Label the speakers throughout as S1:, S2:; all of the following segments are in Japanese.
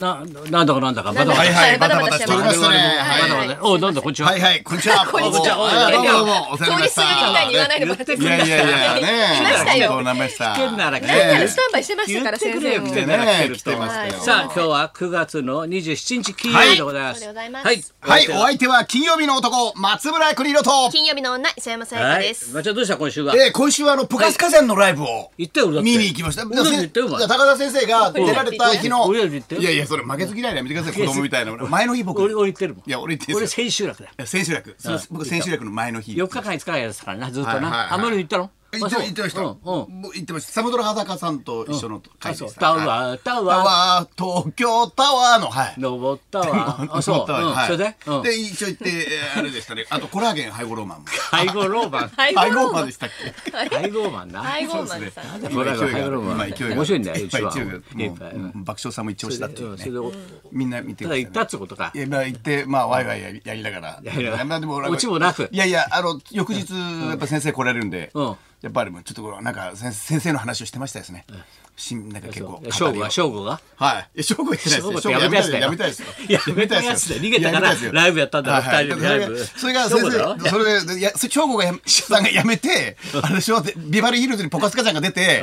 S1: な、なんだかなんだか、バタバタ。
S2: はいはい、バタバタして
S3: 撮りま
S2: ま
S3: し
S2: す。
S3: たね。
S1: バタ
S3: は
S1: バタ。おう、なんだ、こんにちは。
S3: いはい、こんにちは。こ
S2: んにちは
S3: どうもどうも、お世話になり
S2: 通
S3: ま
S2: り
S3: し
S2: 過ぎみたいに言わないでもらってく
S3: い
S2: だ
S3: や
S2: さい
S3: いやいや、ね
S2: 来ましたよ
S3: どうなりました。
S1: 来てんなら来て
S2: なんなら
S3: ね
S2: スタンバイしてましたから、
S1: 言って
S2: 先
S1: くれ
S2: 生
S1: よ
S2: も。
S1: 来
S3: え
S1: て
S2: は
S1: ね
S3: ねえ来てましたよ。
S1: さあ、今日は9月の27日金曜日でございます。
S2: はいそうでございます
S3: はい、お相手は金曜日の男、松村邦洋と。
S2: 金曜日の女、磯山さやか
S1: はい
S2: です。。
S1: まちゃんどうした今週は。
S3: えー今週はあの、プカスカ線のライブを。
S1: 行ったよ、俺だって。
S3: 見に行きました。
S1: 俺だって行ったよ、お前
S3: 高。田先生が出られた日の。
S1: 俺より行ったよ
S3: いやいや、それ負けず嫌いなやめてください、子供みたいな。前の日僕。
S1: 俺、
S3: い
S1: 俺行ってるもん。
S3: や、俺言ってん
S1: 俺、
S3: です
S1: 千
S3: よ。
S1: 秋楽だよ。
S3: いや千秋楽。そうです僕、千秋楽の前の日。
S1: 4日間5日間やってたからな、ずっと
S3: はいはいはい
S1: な。あんまり行ったの
S3: 行って
S1: あそう
S3: 行ってました。
S1: う
S3: も
S1: んうん
S3: う行ってました。サムドラ裸さんと一緒の会
S1: あ
S3: で
S1: そう
S3: した。
S1: タ
S3: はい
S1: ワー、タ
S3: タ
S1: ワー、
S3: ワー、東京タワーの、はい。
S1: 登った わ。あ、そう。
S3: タワー
S1: うん
S3: はい
S1: それでうん
S3: で、一応行って、えーあれでしたね。あと、コラーゲンハイゴローマンも。
S1: 背後ローマン。
S3: ハイゴローマンでしたっけ
S1: 背後マンな。
S2: ハイゴーマン
S3: そ
S2: さ。
S3: うんですね
S1: コラーゲンハイゴローマン
S3: 今勢いが。
S1: 面白いんだよ
S3: いっぱいう
S1: ちは
S3: 勢いが。
S1: い
S3: も
S1: っぱいう
S3: うん爆笑さんも一押しだっていう
S1: それで
S3: ね。
S1: お
S3: みんな見て
S1: ただ
S3: ください
S1: 行
S3: ね
S1: ったっつうことか
S3: い。やまあ行ってまあワイワイやりやりながら
S1: やりながら
S3: まあでも俺は
S1: オチもなく
S3: いやいやあの翌日やっぱ先生来られるんで、
S1: うん
S3: やっぱりもうちょっとこうなんか先先生の話をしてましたですね、しんなんか結構語りを
S1: 勝負は勝負が。
S3: はいいや勝負はしてないです
S1: 勝負
S3: よ
S1: ってやめたやつだよ
S3: やめたいですよ
S1: いややめたやつだよ逃げたから
S3: やめですよ
S1: ライブやったんだろ
S3: はいはい
S1: 二人でライブ
S3: それがそ
S1: 勝
S3: れが
S1: 負だ
S3: 先
S1: ろ
S3: 生それでいやそ勝負がやめさんがやめてあれでしょでビバリーヒルズにポカスカちゃんが出て、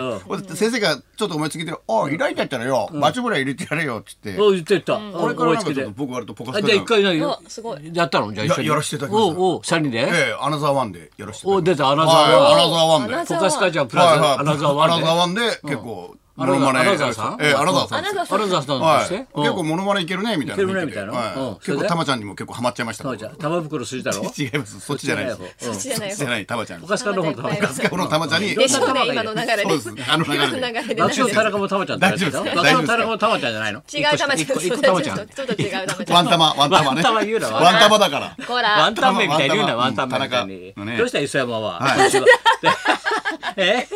S3: 先生がちょっと思いつきで「あ開いちゃったらよ松村入れてやれよ」っつって、
S1: お言ってた。
S3: これか
S1: 思
S3: らないん
S1: つ
S3: か
S1: き
S3: ちょ
S1: で
S3: っと。僕割とポカス
S1: あ
S3: カ
S1: じゃあ一回何
S2: うわすごい
S1: やったのじゃあ一緒に。
S3: ややらせていただきました
S1: おうおう、三人で。
S3: ええアナザーワンでやらせていただきま
S1: お出
S3: した
S1: たアナザー
S3: はいア
S1: ワ
S3: ナザーワンで
S2: アナザ
S1: ン。ポカスカちゃんプラ
S3: はいはい
S1: スアナザーワン
S3: ア
S1: で
S3: ナザ。ワンで結構
S1: うん
S3: モノマネ
S1: アナザーさん
S3: ええアナザー
S2: ア
S3: さんで
S2: ナ
S3: す
S2: ザー
S1: ア
S2: さ
S1: ナ
S2: ん。
S1: ザースタ
S3: は
S1: ンとして
S3: い。結構モノマネいけるねみたいない
S1: けるねみたいな
S3: は
S1: うん
S3: い結
S1: それ
S3: 構
S1: で
S3: タマちゃんにも結構ハマっちゃいました
S1: うんじゃあ玉袋すじ太郎。
S3: 違いますそっちじゃないです
S1: そっ
S2: そっちじゃない方
S3: そっちじゃないタマちゃん
S1: ポ
S3: で
S1: カスカの方 だ。
S2: そっち
S3: すこのタマちゃ んに
S2: でしょうね、
S1: 頭が
S2: 今
S1: いい
S2: の流れで。
S3: そうですあの流れで
S2: 今流れで。
S1: 爆笑田中も玉ちゃんって言われてた。
S3: 大丈夫です
S1: 爆
S3: か大丈夫
S1: 笑田
S3: ですか
S1: 中も玉ちゃんじゃないの
S2: 違う玉ちゃん。
S1: 一個一個玉ちゃん。
S2: ちょっと違う玉ちゃ
S3: ワン
S2: ん。
S3: タマワンタマ
S1: ワ
S3: ね
S1: ンタマ言うな
S3: ワンタマだから
S2: ほ
S1: ワ
S2: ら
S1: ン。タン麺みたいに言うな、ワ
S3: ワ
S1: ン
S3: ン
S1: タ
S3: タ
S1: ン
S3: ン
S1: 麺みたいに。
S3: うん田中のね
S1: どうした磯山は。
S3: は
S1: 今
S3: い
S1: 週は え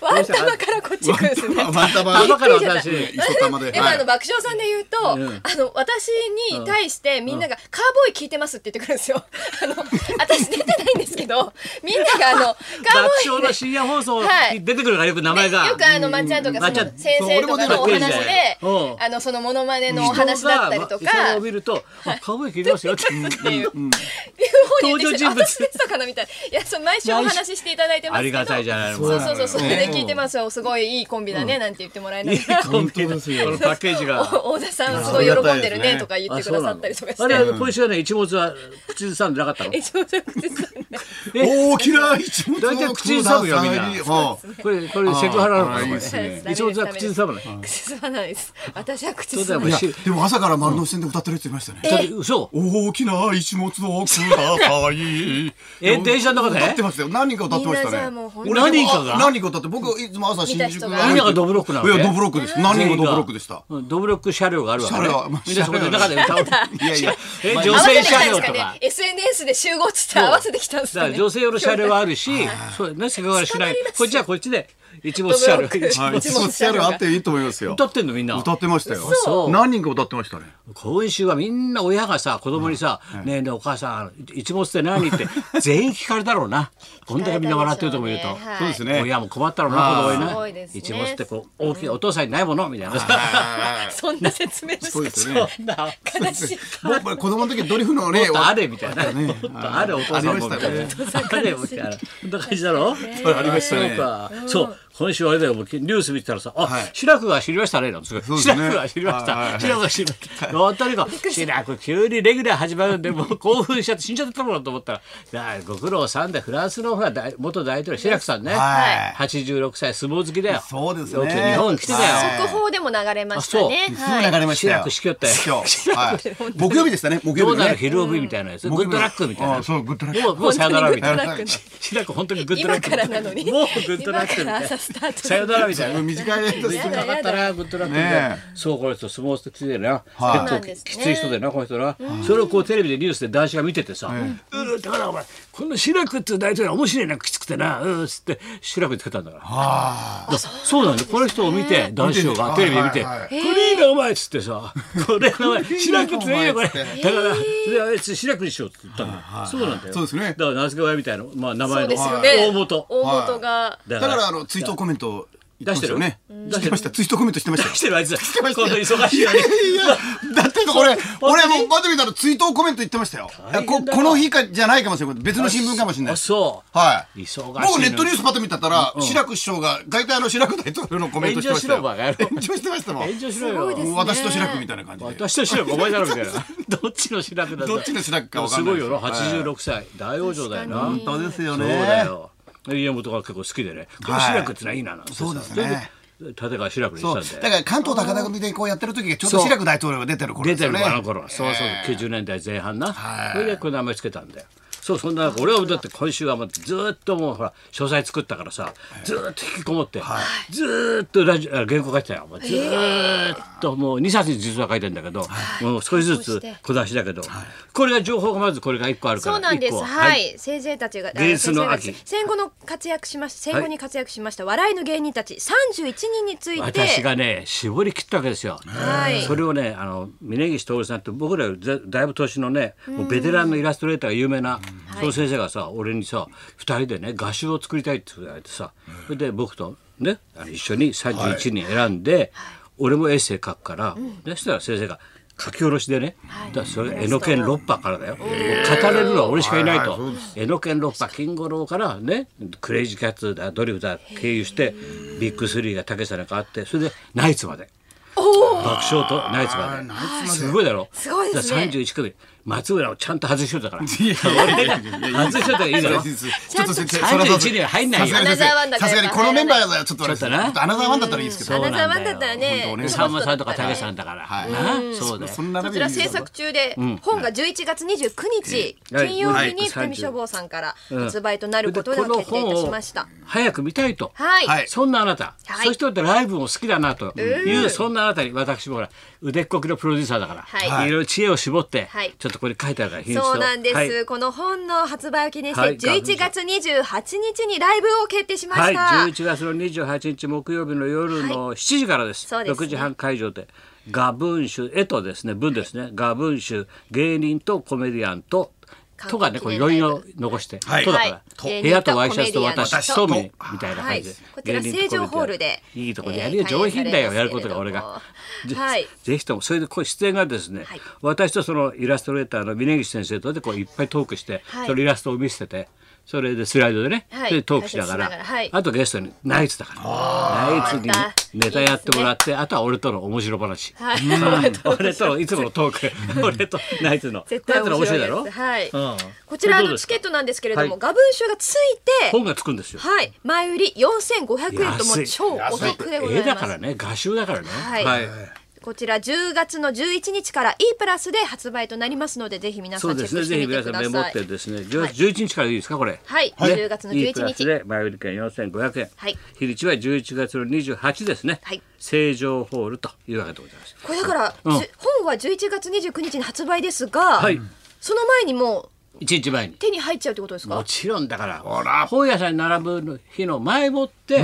S2: ワンタマからこっち来るんですね。
S3: ワンタマ
S1: 玉から私。
S3: 磯玉で
S2: でもあの爆笑さんで言うと、
S1: うん
S2: あの私に対してみんなが「カーボーイ聞いてます」って言ってくるんですよ。 あの私出てないんですけどみんな があの「カー
S1: 爆
S2: ボ
S1: 笑
S2: ーイ
S1: の」深夜放送
S2: はい
S1: に出てくるからよく名前が。
S2: よくあのまっちゃんとか
S1: まっちゃ
S2: そ
S1: ん
S2: の先生とかの
S1: そう
S2: お話で
S1: 俺も出てくるんだようん
S2: あのそのモノマネのお話だったりと
S1: 人がまあ
S2: か
S1: 磯山を見ると、あ、顔が聞いてますよ って。
S2: っていういう方に言ってきて
S1: 登場人物
S2: 私でしたかなみたいないやその毎週お話ししていただいてます
S1: あ
S2: け
S1: り
S2: ど
S1: がたいじゃないの。
S2: そうそうそうそ
S3: そうなの
S2: れ
S3: よ
S2: で聞いてますよすごいいいコンビだねなんて言ってもらえないが
S1: い
S2: ら
S1: コンビですよ。このパッケージが。
S2: 大田さんすごい喜んでるねとか言っ
S1: あ
S2: てく
S1: そう
S2: だ
S1: な
S2: さ
S1: の
S2: ったりとか
S1: あ
S2: して
S1: れ。今週はね一物は口ずさんでなかったの
S2: え、ちょうど口ずさんで
S3: 大きな一物
S1: 大体口ずさむよみんな
S3: は
S1: これこれセクハラなの
S3: あ
S1: か
S3: ーい
S1: こ
S3: いで
S1: れ
S3: すね
S1: 一物は口ずさむの
S2: 口ずさないです。私は口
S1: そう
S2: ず
S1: だよ
S2: さな
S1: もう
S2: い。
S1: し
S3: いでも朝から丸の内線で歌ってる人いましたね
S1: だって嘘
S3: 大きな一物をください。
S1: え電車の中で
S3: 歌ってましたよ。何人か歌ってました
S2: みんなじゃ
S3: ね
S2: あもう。本
S1: 当に何人かが
S3: あ何人か歌って、僕いつも朝新宿
S2: 見た人が
S1: みんながドブロックなの
S3: いや、ドブロックです。何
S1: 全
S3: 人か
S1: 員
S3: ド
S1: が
S3: ブロックでした。
S1: うんドブロック車両があるわけね
S3: 車両まあ
S1: みんなそこで中で歌う
S3: いやいや、
S1: え
S3: まあ
S1: 女
S2: 合わせ
S1: 性
S2: てきた
S1: 車両と
S2: んですか
S1: か
S2: ね。SNS で集合っつって合わせてきたんです
S1: だ
S2: か
S1: か
S2: ね。
S1: ら女性用の車両はあるしそうねセクハラしないこっちはこっちで一物車両
S2: ドブロック
S3: はい、一
S2: 一
S3: 物
S2: 物
S3: シ
S2: 車
S3: ャ
S2: 両
S3: ル
S2: が
S3: あっていいと思いますよ。
S1: 歌ってんのみんな
S3: 歌ってましたよ。
S1: そう
S3: 何人か歌ってましたね。
S1: 今週はみんな親がさ子供にさ「ねえねえお母さん一物って何?」っ て全員聞かれたろうなこんだけみんな笑ってると思うと
S2: 聞かれたでしょうねはい
S3: そうですね
S1: 親も困ったろうな子供に
S2: すごい
S1: ね
S2: ですね
S1: 一物ってこう大きいお父さんにないものみたいな
S2: そんな説明です
S3: そう
S2: か
S3: で。すよね。
S1: そんな
S2: 悲しい。
S3: 僕これ子供の時ドリフのね、
S1: あれみたいなもっとあれお父さんもみたい
S3: あり
S1: な
S3: ま
S1: あれみたいなそんな感じだろ
S3: ありました
S1: そう
S3: ね。
S1: か、そう今週あれだよもうニュース見てたらさ「あ、
S3: はい
S1: 白くが知りましたね」なんてす
S3: そ
S1: ご
S3: う
S1: い
S3: ですね
S1: 白くが知りまし
S3: はいはいは
S1: た
S3: い
S1: 白くが知りました」本当にこう「白く急にレギュラー始まるんでもう興奮しちゃって死んじゃったもんだと思ったらだあご苦労さんでフランスのほら大元大統領白くさんね、
S3: はい。
S1: 86歳相撲好きだよ
S3: そうです
S1: よ
S3: ね
S1: く日本来てたよ、
S3: はい
S2: 速報でも流れましたね。
S3: すごい流れましたよ。
S1: 白くしきよったよ
S3: 今日。はい。木曜日でしたね。木
S1: ど
S3: 曜
S1: う
S3: 日
S1: なる
S3: ね。
S1: 昼帯みたいなやつ、グッドラックみたいな
S3: あそうグッドラック
S1: もうもうさよならみたいな
S2: 本当にグッドラック
S1: 白く本当にグッドラ
S2: 今
S1: ック
S2: からなのに。
S1: もうグッドラックみた
S2: 今か
S1: い
S2: ら
S1: な
S2: 朝スタート。
S1: さよならみたいな
S3: 短いです
S2: やだ
S1: なかったな、グッドラックみたいな
S3: ねえ。
S1: そう、この人、相撲好きでな、
S3: はい
S2: そうなんで
S1: 結
S2: す
S1: 構
S2: ね
S1: きつい人でな、この人な。それをこうテレビでニュースで男子が見ててさ、うん、だからお前、このシラクっていう大統領は面白いな、きつくてな、うん、つって、シラクつけたんだから。
S3: あ
S1: だそうなんだよ、この人を見て、男子
S3: 見て
S1: が
S3: て
S1: テレビ見て、こ
S3: はいはい
S1: れいいな、お前っつって さ、これお前、シラクっていいよ、これ。だから、であいつ、シラクにしようって言ったんだよ。そうなんだよ。
S3: そうですね
S1: だから、名付け親みたいな、まあ、名
S2: そ
S1: 前の
S2: うですよね。
S1: 大元。
S2: 大元が。
S3: あ。だからあの追悼コメント
S1: 出してる
S3: ね。
S1: 出
S3: 出
S1: し
S3: してて
S1: る
S3: ました。ツイートコメントしてました よ
S1: 来。てるあいつ。
S3: ました
S1: この忙しいのに。
S3: いや、だって俺、
S1: 本当
S3: 俺
S1: に
S3: もうまとめたら追悼コメント言ってましたよ。いや
S1: 大
S3: こ
S1: 変だな
S3: この日かじゃないかもしれない。別の新聞かもしれない
S1: あ、。そう。
S3: はい。
S1: 忙しいのに
S3: 僕ネットニュースパッと見たったら、志らく師匠が、大体あの志らく大統領のコメントしてました
S1: 炎上
S3: よ。
S1: しろバカ野郎
S3: 炎上してましたもん。
S1: 炎上しろ
S2: すごいです
S1: よ。
S2: ね
S3: もう私と志らくみたいな感じで。
S1: 私と白くお前だろみ たいな。どっちの白くなんだ
S3: どっちの志らくかわかんない
S1: すごいよな、
S3: はい
S1: 86歳。大往生だよな。
S2: 確かに
S3: 本当ですよ
S1: そう
S3: ね。
S1: だよ。家元が結構好きでね。この志らくってのはいいななんてさ
S3: そうですね。
S1: それで立川志らくにし
S3: そ
S1: た
S3: う。
S1: ん
S3: だ
S1: だ
S3: か
S1: よ。
S3: ら関東高田でこうやってる時がちょう
S1: そ
S3: ど
S1: う
S3: 志らく大統領が出てる頃
S1: 出
S3: です
S1: て
S3: よ
S1: る
S3: ね。
S1: わあの頃はそうそう90年代前半なそれでこれ名前つけたんだよそうそんな中俺はだって今週はもうずーっともうほら詳細作ったからさずーっと引きこもってずーっとラジあ原稿書いてたよもうずーっともう2冊に実は書いてんだけどもう少しず
S2: そう
S1: つ
S2: して
S1: 小出しだけどこれが情報がまずこれが1個あるか
S2: そ
S1: ら
S2: うなんで
S1: 一個
S2: す。
S1: は
S2: はい、先生たちがあ
S1: 芸術の秋
S2: 先生たち戦後の活躍しました。戦後に活躍しました、笑いの芸人たち三十一人について。
S1: 私がね絞り切ったわけですよ、
S2: はい
S1: それをねあの峯岸徹さんって僕らよりだだいぶ年のねもうベテランのイラストレーターが有名な、その先生がさ俺にさ2人でね画集を作りたいって言われてさ、それで僕とねあの一緒に31人選んで、俺もエッセイ書くから、でそしたら先生が書き下ろしでね、だからそれ絵の剣六波からだよ、もう語れるのは俺しかいないと、
S3: はいはいそうです
S1: 江ノ県六波金五郎からねクレイジーキャッツだドリフだ経由してビッグスリーが竹下なんかあってそれでナイツまで爆笑とナイツまで
S3: ツ
S1: すごいだろ
S2: すごいですね
S1: だから31組松浦をちゃんと外しといたから
S3: いやいやいやいやいや
S1: 外しといたらいいだろ
S3: ちょっと先
S1: 31
S3: 生、それはさす
S1: には入んないよ
S3: さすが
S2: アナ
S3: に先
S2: ザーワン
S3: 生
S2: だか
S3: さ
S2: ら
S3: すがにこのメンバーはちょっとあれで
S1: ち
S3: す
S1: ょっとな
S3: アナザーワンだったらいいですけ
S1: そう
S3: ど。
S1: なんだよ
S2: アナザーワンだったらね
S3: 本当お願いし
S1: さ
S3: ま
S1: んまさんとか竹さんだから、
S3: はい
S1: なあそうだよ
S3: そんな
S2: こち
S3: 並びで
S2: ら
S3: いいで
S2: 制
S3: すか
S2: 作中で、本が11月29日、
S1: はい
S2: 金曜
S1: は
S2: 日
S1: い
S2: に福書房さんから発売となること
S1: で
S2: が
S1: この
S2: 決定いたし
S1: 本を
S2: ました。
S1: 早く見たいと、
S2: はい、
S3: はい
S1: そんなあなた、
S2: は
S1: そ
S2: い
S1: してライブも好きだなという、そんなあなたに私もほら腕っこきのプロデューサーだから、、
S2: はいい
S1: ろいろ知恵を絞って、
S2: はい
S1: ちょっとこれ書いてあるから日にちと
S2: そうなんです、
S1: はい
S2: この本の発売を記念し
S1: は
S2: て
S1: い
S2: 11月28日にライブを決定しま
S1: は
S2: し
S1: い、
S2: た、
S1: 11月の28日木曜日の夜の7時からです。
S2: そうですね
S1: 6時半会場で。画文集、絵とですね、文ですね、画文集、芸人とコメディアンと、とかね、これ余韻を残して、
S3: はい
S1: とだから、
S2: はい芸人と
S1: 部屋とワイシャツと私と
S3: コ
S1: み
S3: メディ
S1: たいな感じで
S2: はい。こちら
S1: 芸人とコメディアン
S2: 成城ホールで
S1: いいとこで
S2: えー
S1: やるよ、上品だよ、
S2: 開催されます
S1: やることが俺が。
S2: け
S1: ぜ
S2: れども はい
S1: ぜひとも、それでこう出演がですね
S2: はい、
S1: 私とそのイラストレーターの峯岸先生とでこういっぱいトークして
S2: は、い
S1: そのイラストを見せてて、それでスライドでね、
S2: はい
S1: でトークしながら
S2: 解説しながらはい、
S1: あとゲストにナイツだからナイツに
S2: また
S1: ネタやってもらってあとは俺との面白話、
S2: はい
S1: うん俺とのいつものトーク俺とナイツの
S2: 絶対
S1: ナイツの
S2: 面白い
S1: だろ
S2: ですはい
S1: うん
S2: こちら
S1: どう
S2: の
S1: です
S2: チ
S1: か
S2: ケットなんですけれど
S1: は
S2: も、
S1: い
S2: 画文集がついて、
S1: 本がつくんですよ
S2: はい、前売り4500円とも
S1: 安
S2: う
S1: い
S2: 超お得でござ
S1: 絵
S2: い
S1: だ
S2: ま
S1: から
S2: す。
S1: ね画集だからね
S2: はいこちら10月の11日から E プラスで発売となりますので、ぜひ皆さ
S1: そうん
S2: チ
S1: で
S2: ェッ
S1: すね
S2: クし
S1: ぜ
S2: て
S1: ひ
S2: みて
S1: 皆さ
S2: く
S1: ん
S2: だ
S1: メモっ
S2: さい
S1: て。ですね10月11日からでいいですかこれ
S2: はい、
S3: はい
S2: 10月の
S1: いいプ
S2: 11
S1: ラス
S2: 日。
S1: で前売り券4500円、
S2: はい
S1: 日にちは11月の28ですね、
S2: はい
S1: 成城ホールというわけでございます
S2: これだから、
S1: うん
S2: じゅ本は11月29日に発売ですが、
S1: はい
S2: その前にも
S1: 1日前に
S2: う手に入っちゃうってことです
S1: も
S2: か
S1: ちろんだから
S3: ほら
S1: 本屋さんに並ぶの日の前もって、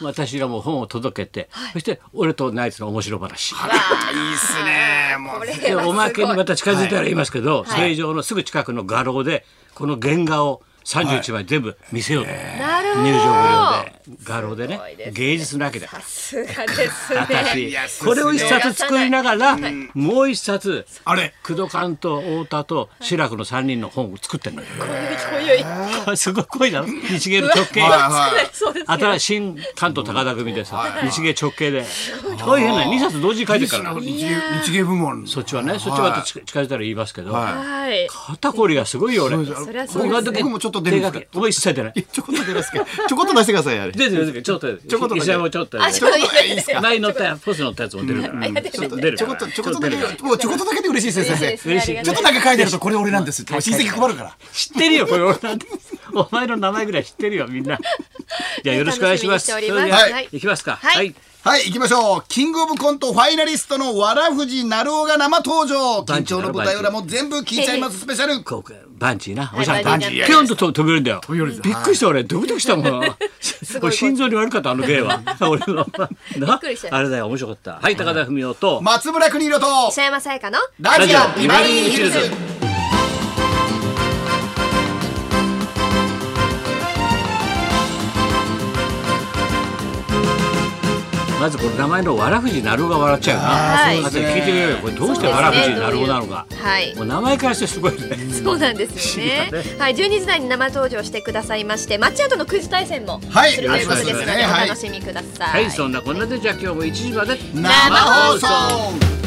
S1: 私がもう本を届けて、そして俺とナイツの面白話。
S3: いいっすね。もう
S2: こ。 れは
S1: でおますけ
S2: ご
S1: に
S2: い
S1: また近づいたら言いますけど、
S2: い
S1: 成城のすぐ近くの画廊でこの原画を31枚全部見せようと、
S2: なるほど
S1: 入場無料で画廊でね
S2: すごいですね
S1: 芸術なわけだ
S2: さすがです
S1: 私
S3: いや
S1: これを一冊作りながら、もう一冊
S3: あれ。
S1: 工藤館と太田と志らくの3人の本を作ってるのよ。
S2: ね。
S1: すごい濃いだろ日芸の直径
S3: はい
S1: が。
S3: はい。
S2: そうです。
S1: 新しい新関東高田組でさ、日芸直系で大変な2冊同時に書いてるから
S3: 日芸日芸部門。
S1: そっちはねそっちはまた近近づいたら言いますけど
S3: はい
S2: はい。
S1: 肩こりがすごいよ俺
S2: そりゃそ
S1: 僕
S2: うで
S1: の
S2: す。
S1: 時
S3: 僕もちょっと出るんで
S1: 手書
S3: すけ
S1: きお前一切出ない
S3: えちょこっと出ますけど。ちょこっと出してくださいあれ。
S1: 出てる出てるちょっと出てる
S3: ちょこっと出てる
S1: 石山もちょっと出て
S2: ち
S1: る
S2: ょっといいです
S3: か
S1: 前に乗ったやポスト乗ったやつも出るから
S3: ちょっと
S1: 出る
S3: ちょこっとちょこっとだ
S1: 出
S3: け
S1: るから
S3: もうちょこっとだけで嬉しいですね先生。
S1: 嬉しい
S3: ちょっとだけ書いてあるとこれ俺なんですって。親戚配るから。
S1: 知ってるよこれ俺なんてお前の名前ぐらい知ってるよみんなじゃあよろしくお願いします
S2: 楽しみ
S1: そ
S2: にし
S1: れで
S2: ております
S1: は
S2: はい
S1: い行きますか
S2: はい
S3: はい、行きましょう。キングオブコントファイナリストのわらふじなるおが生登場。緊張の舞台裏も全部聞いちゃいます、スペシャル。
S1: こうバンジーな、お
S2: い
S1: じさん、
S2: バン
S3: ジー
S1: ピョンと飛飛べるんだよ。びっくりした、俺、ドキドキしたもん。俺、心臓に悪かった、あの芸は。俺の。な
S2: くりしちゃいました
S1: あれだよ、面白かった。はい、高田文夫と。
S3: 松村邦洋と、
S2: 磯山さやかの
S3: ラジオビバリーヒルズ。
S1: まずこの名前のわらふじなるおが笑っちゃうよな、
S2: はい
S1: あとで聞いてみようよこれどうしてわらふじなるおなのか、
S2: はい
S1: もう名前からしてすごいね
S2: そうなんですよね
S1: 不思議だ
S2: はい12時台に生登場してくださいましてマッチアートのクイズ対戦も
S3: はい
S2: するということですの
S3: そうで
S2: です
S3: ね
S2: お
S3: はい
S2: 楽しみください、
S1: はいそんなこんなでじゃあ今日も1時まで
S3: 生放送